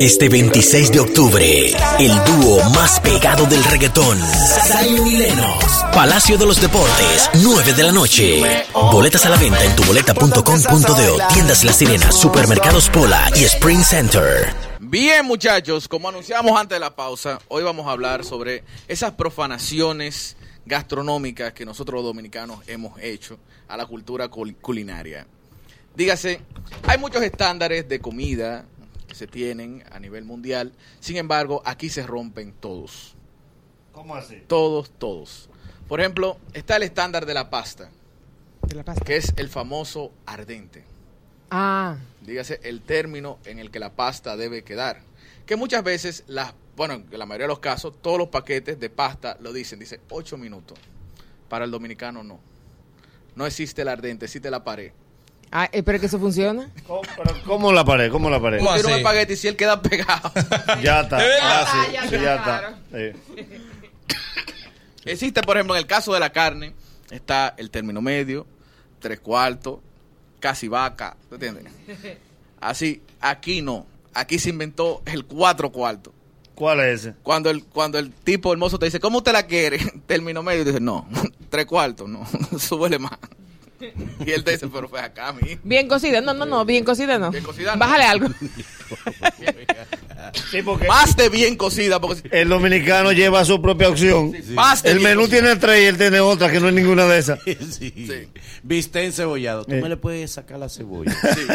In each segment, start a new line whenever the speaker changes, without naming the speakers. Este 26 de octubre, el dúo más pegado del reggaetón, Zion y Lennox, Palacio de los Deportes, 9 de la noche. Boletas a la venta en tuboleta.com.de, tiendas La Sirena, supermercados Pola y Spring Center.
Bien, muchachos, como anunciamos antes de la pausa, hoy vamos a hablar sobre esas profanaciones gastronómicas que nosotros los dominicanos hemos hecho a la cultura cul- culinaria. Dígase, hay muchos estándares de comida, que se tienen a nivel mundial. Sin embargo, aquí se rompen todos.
¿Cómo así?
Todos, todos. Por ejemplo, está el estándar de la pasta,
De la pasta.
que es el famoso ardente.
Ah,
Dígase el término en el que la pasta debe quedar. Que muchas veces, las, bueno, en la mayoría de los casos, todos los paquetes de pasta lo dicen, dice 8 minutos. Para el dominicano no. No existe el ardente, existe la pared.
ah, eh, pero que eso funciona.
¿Cómo, pero ¿Cómo la pared? ¿Cómo la pared?
Tú tiras un
así?
espagueti y si él queda pegado.
Ya está.
¿De verdad?
Ah, sí,
Ya
sí,
está,
ya
ya
está. Sí.
Existe, por ejemplo, en el caso de la carne, está el término medio, tres cuartos, casi vaca, ¿tú entiendes? Así, aquí no. Aquí se inventó el cuatro cuartos.
¿Cuál es ese?
Cuando el, cuando el tipo hermoso te dice, ¿cómo usted la quiere? Término medio, y dice, no, tres cuartos, no, súbele más. Y él te dice, pero fue acá, mi
Bien cocida, no, no, no, bien cocida no.
Bien cocida, no.
Bájale algo.
Sí, porque
Más de bien cocida, porque si-
el dominicano lleva su propia opción.
más de
El
bien
menú
cocida.
tiene tres y él tiene otra que no es ninguna de esas.
Sí.
Sí.
Viste encebollado. Tú
Eh.
me le puedes sacar la cebolla.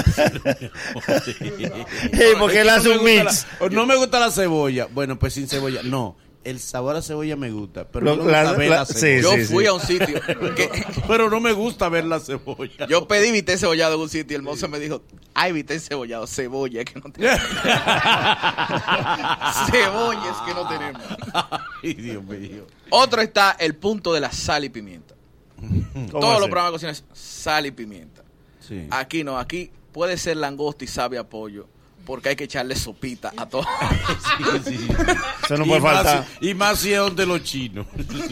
Sí, porque él hace
No me
un
gusta
mix.
la- no me gusta la cebolla. Bueno, pues sin cebolla. No, el sabor a cebolla me gusta. Pero
Lo-
no me gusta
la-
ver
la-
la cebolla.
Yo
Sí, sí.
fui a un sitio que,
Pero no me gusta ver la cebolla.
Yo pedí vite cebollado en un sitio y el mozo me dijo, ay, vite cebollado, cebolla que no tenemos. Cebollas que no tenemos.
Ay, Dios mío.
Otro está el punto de la sal y pimienta.
¿Cómo
Todos
así?
los programas de cocina es sal y pimienta.
Sí.
Aquí no, aquí puede ser langosta y sabe a pollo, porque hay que echarle sopita a todo.
Sí, sí, sí.
Eso no
Y
puede
más
faltar.
si- y más si es donde los chinos.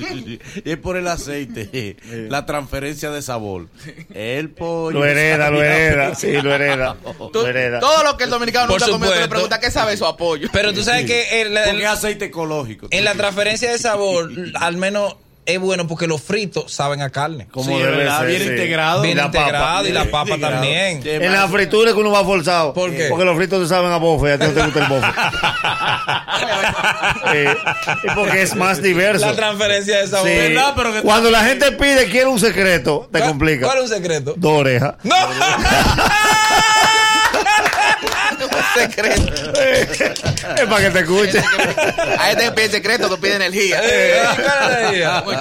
es por el aceite, la transferencia de sabor. El pollo.
Lo hereda, lo hereda. Sí, lo hereda.
Tú-
Lo hereda.
todo lo que el dominicano
Por
nunca comió, tú le
supuesto.
preguntas, ¿qué sabe eso a pollo?
Pero tú sabes que en la,
Porque es aceite ecológico.
en la transferencia de sabor, al menos es bueno porque los fritos saben a carne.
Como
Sí,
debe
¿verdad?
ser,
Bien
sí.
integrado.
Bien
la papa.
integrado Ah, y la papa
Integrado.
también.
Sí,
En la
más-
fritura es que uno va forzado.
¿Por qué?
Porque los fritos te saben a bofe, a ti no te gusta el bofe. Eh, y porque es más diverso.
La transferencia de sabor.
Sí.
¿Verdad? Pero que-
Cuando la gente pide, quiere un secreto, te
¿Cuál-
complica.
¿Cuál es un secreto?
Dos orejas.
¡No!
secreto.
es para que te escuche.
Hay gente que este pide secreto, que pide energía.
Eh, ¿cuál es la Ah, idea?
Muy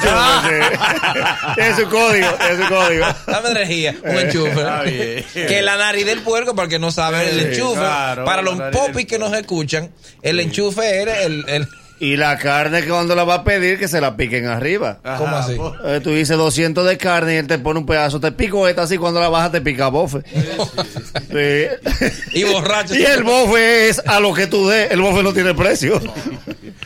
chulo.
Eh.
es su código, es su código.
Dame energía, un enchufe.
Está bien.
Que la nariz del puerco, para el que no sabe, el
Sí,
enchufe.
claro,
para
la
los
nariz del
popis que nos escuchan, el enchufe era el. el-
Y la carne que cuando la va a pedir, que se la piquen arriba.
Ajá,
¿Cómo así?
po-
Eh, tú dices 200 de carne y él te pone un pedazo, te pico esta así cuando la baja te pica bofe. Sí.
y borracho.
y el bofe es a lo que tú des, el bofe no tiene precio.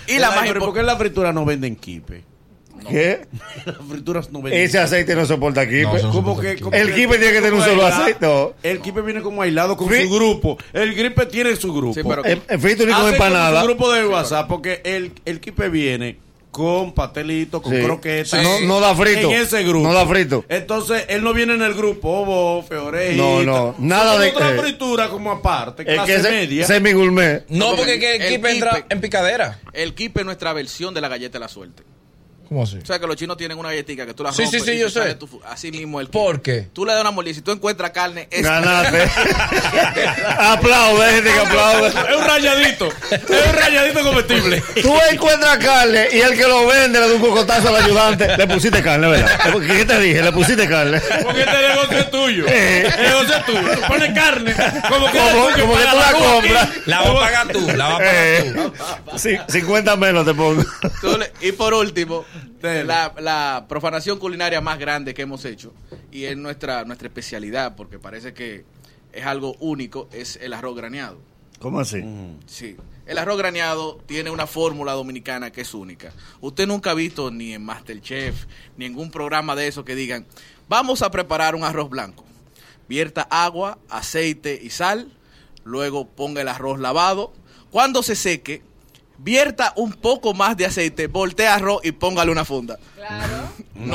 Y la más
Pero ¿Por
importante.
qué en la fritura no venden kipe?
¿Qué?
Las frituras no venden
Ese aceite no soporta aquí.
No,
pues.
eso no
¿Cómo que- cómo
El kipe tiene que tener un
cómo
solo
aila-
aceite, no.
El kipe viene como aislado con
Fri-
su grupo. El gripe tiene su grupo.
Sí, pero-
Eh, eh, frito ni con
Hace
empanada.
como su grupo de WhatsApp porque el, el kipe viene con pastelito, con
Sí.
croquetas.
Sí. No- no da frito.
En ese grupo.
No da frito.
Entonces, él no viene en el grupo. Oh, bofe, orejita.
No, no, nada
Son
de-
otra
eh.
fritura como aparte,
Es
clase
que
media.
ese- semi gourmet.
No, porque que el
El
equipo entra
kipe.
en picadera.
El kipe es nuestra versión de la galleta de la suerte.
¿Cómo así?
O sea que los chinos tienen una galletita que tú la
Sí,
rompes
sí, sí,
y
yo
te sale
sé.
tu fu- así mismo el
¿Por
kipe.
qué?
Tú le das una mordida. Si tú encuentras carne, es
Ganaste. aplaude, gente que aplaude.
Es un rayadito. es un rayadito comestible.
Tú encuentras carne y el que lo vende le da un cocotazo al ayudante. Le pusiste carne, ¿verdad? ¿Qué te dije? Le pusiste carne.
Porque este negocio es tuyo.
Eh.
El negocio es tuyo. Tú pones carne. Como que,
Como-
es tuyo,
como que
paga
tú la
luz aquí.
compras.
La vas a pagar tú, la vas a pagar
Eh, sí, 50 menos te pongo.
Tú le- y por último,
Dele.
la, la profanación culinaria más grande que hemos hecho, y es nuestra, nuestra especialidad, porque parece que es algo único, es el arroz graneado.
¿Cómo así?
Sí. El arroz graneado tiene una fórmula dominicana que es única. Usted nunca ha visto ni en Masterchef, ni en ningún programa de eso que digan, vamos a preparar un arroz blanco. Vierta agua, aceite y sal. Luego ponga el arroz lavado. Cuando se seque, vierta un poco más de aceite, voltea arroz y póngale una funda.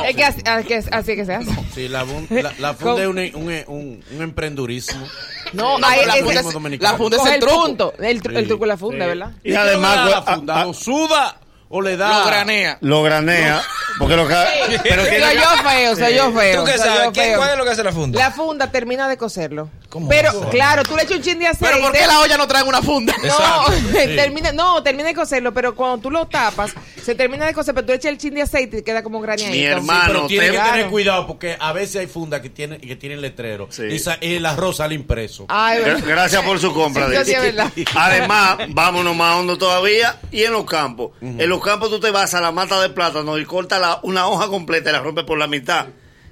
Es que así, ah, es que- así es que se hace.
Sí, la, bun- la, la funda es un, un- un- un emprendurismo.
No,
La-
ahí
la
es-
funda
es-
dominicana.
la funda
Coge
es
el
el truco.
punto. El, tru- el truco de la funda, ¿verdad?
Y además,
¿qué le da la
pues,
funda?
a-
¿O suda o le da?
Lo granea.
Lo granea. Porque lo que. Pero tiene
Soy
que-
yo feo, soy yo feo.
¿Tú qué
soy
sabes?
yo
¿Qué-
feo.
¿Cuál es lo que hace la funda?
La funda termina de cocerlo. Pero, claro, tú le echas un chin de aceite.
Pero ¿por qué la olla no trae una funda?
No, termina, no, termina de cocerlo, pero cuando tú lo tapas, se termina de cocer, pero tú le echas el chin de aceite y queda como graneadito.
Mi hermano,
Pero tiene que
te-
tener
Claro.
cuidado porque a veces hay fundas que tienen que tienen letrero.
Sí. Ah,
Y, sa- y el arroz sale impreso.
Ay,
Gra-
bueno.
Gracias por su compra.
Sí,
Dick.
sí, es verdad.
Además, vámonos más hondo todavía. Y en los campos. En los campos tú te vas a la mata de plátano y cortas la- una hoja completa y la rompes por la mitad.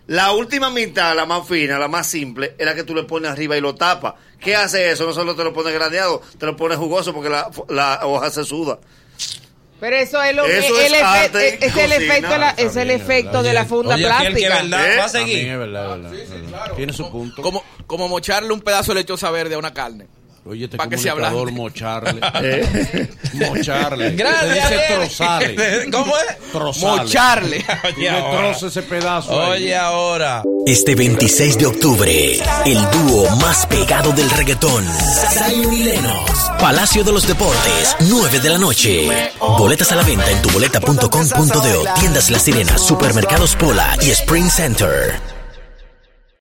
La última mitad, la más fina, la más simple, es la que tú le pones arriba y lo tapas. ¿Qué hace eso? No solo te lo pones gradeado, te lo pones jugoso porque la, la hoja se suda.
Pero eso es lo que
Eso
el efe-
es
e-
arte
es- es el
cocina.
efecto, de la- es el
También,
efecto
¿verdad?
de la funda
Oye, aquí el que
plástica.
verdad
¿Eh?
va a
También es
seguir.
verdad, verdad, verdad. Tiene su punto.
Como, como mocharle un pedazo de lechosa verde a una carne.
Oye, este
Pa' que se
comunicador,
ablande.
mocharle.
Eh.
Mocharle.
Gracias,
Le dice
Ariel.
trozale.
¿Cómo es?
Trozale.
Mocharle.
Tú le trozas ese pedazo ahí.
Oye, ahora.
Este 26 de octubre, el dúo más pegado del reggaetón. Zion y Lennox. Palacio de los Deportes, 9 de la noche. Boletas a la venta en tuboleta.com.de, tiendas La Sirena, supermercados Pola y Spring Center.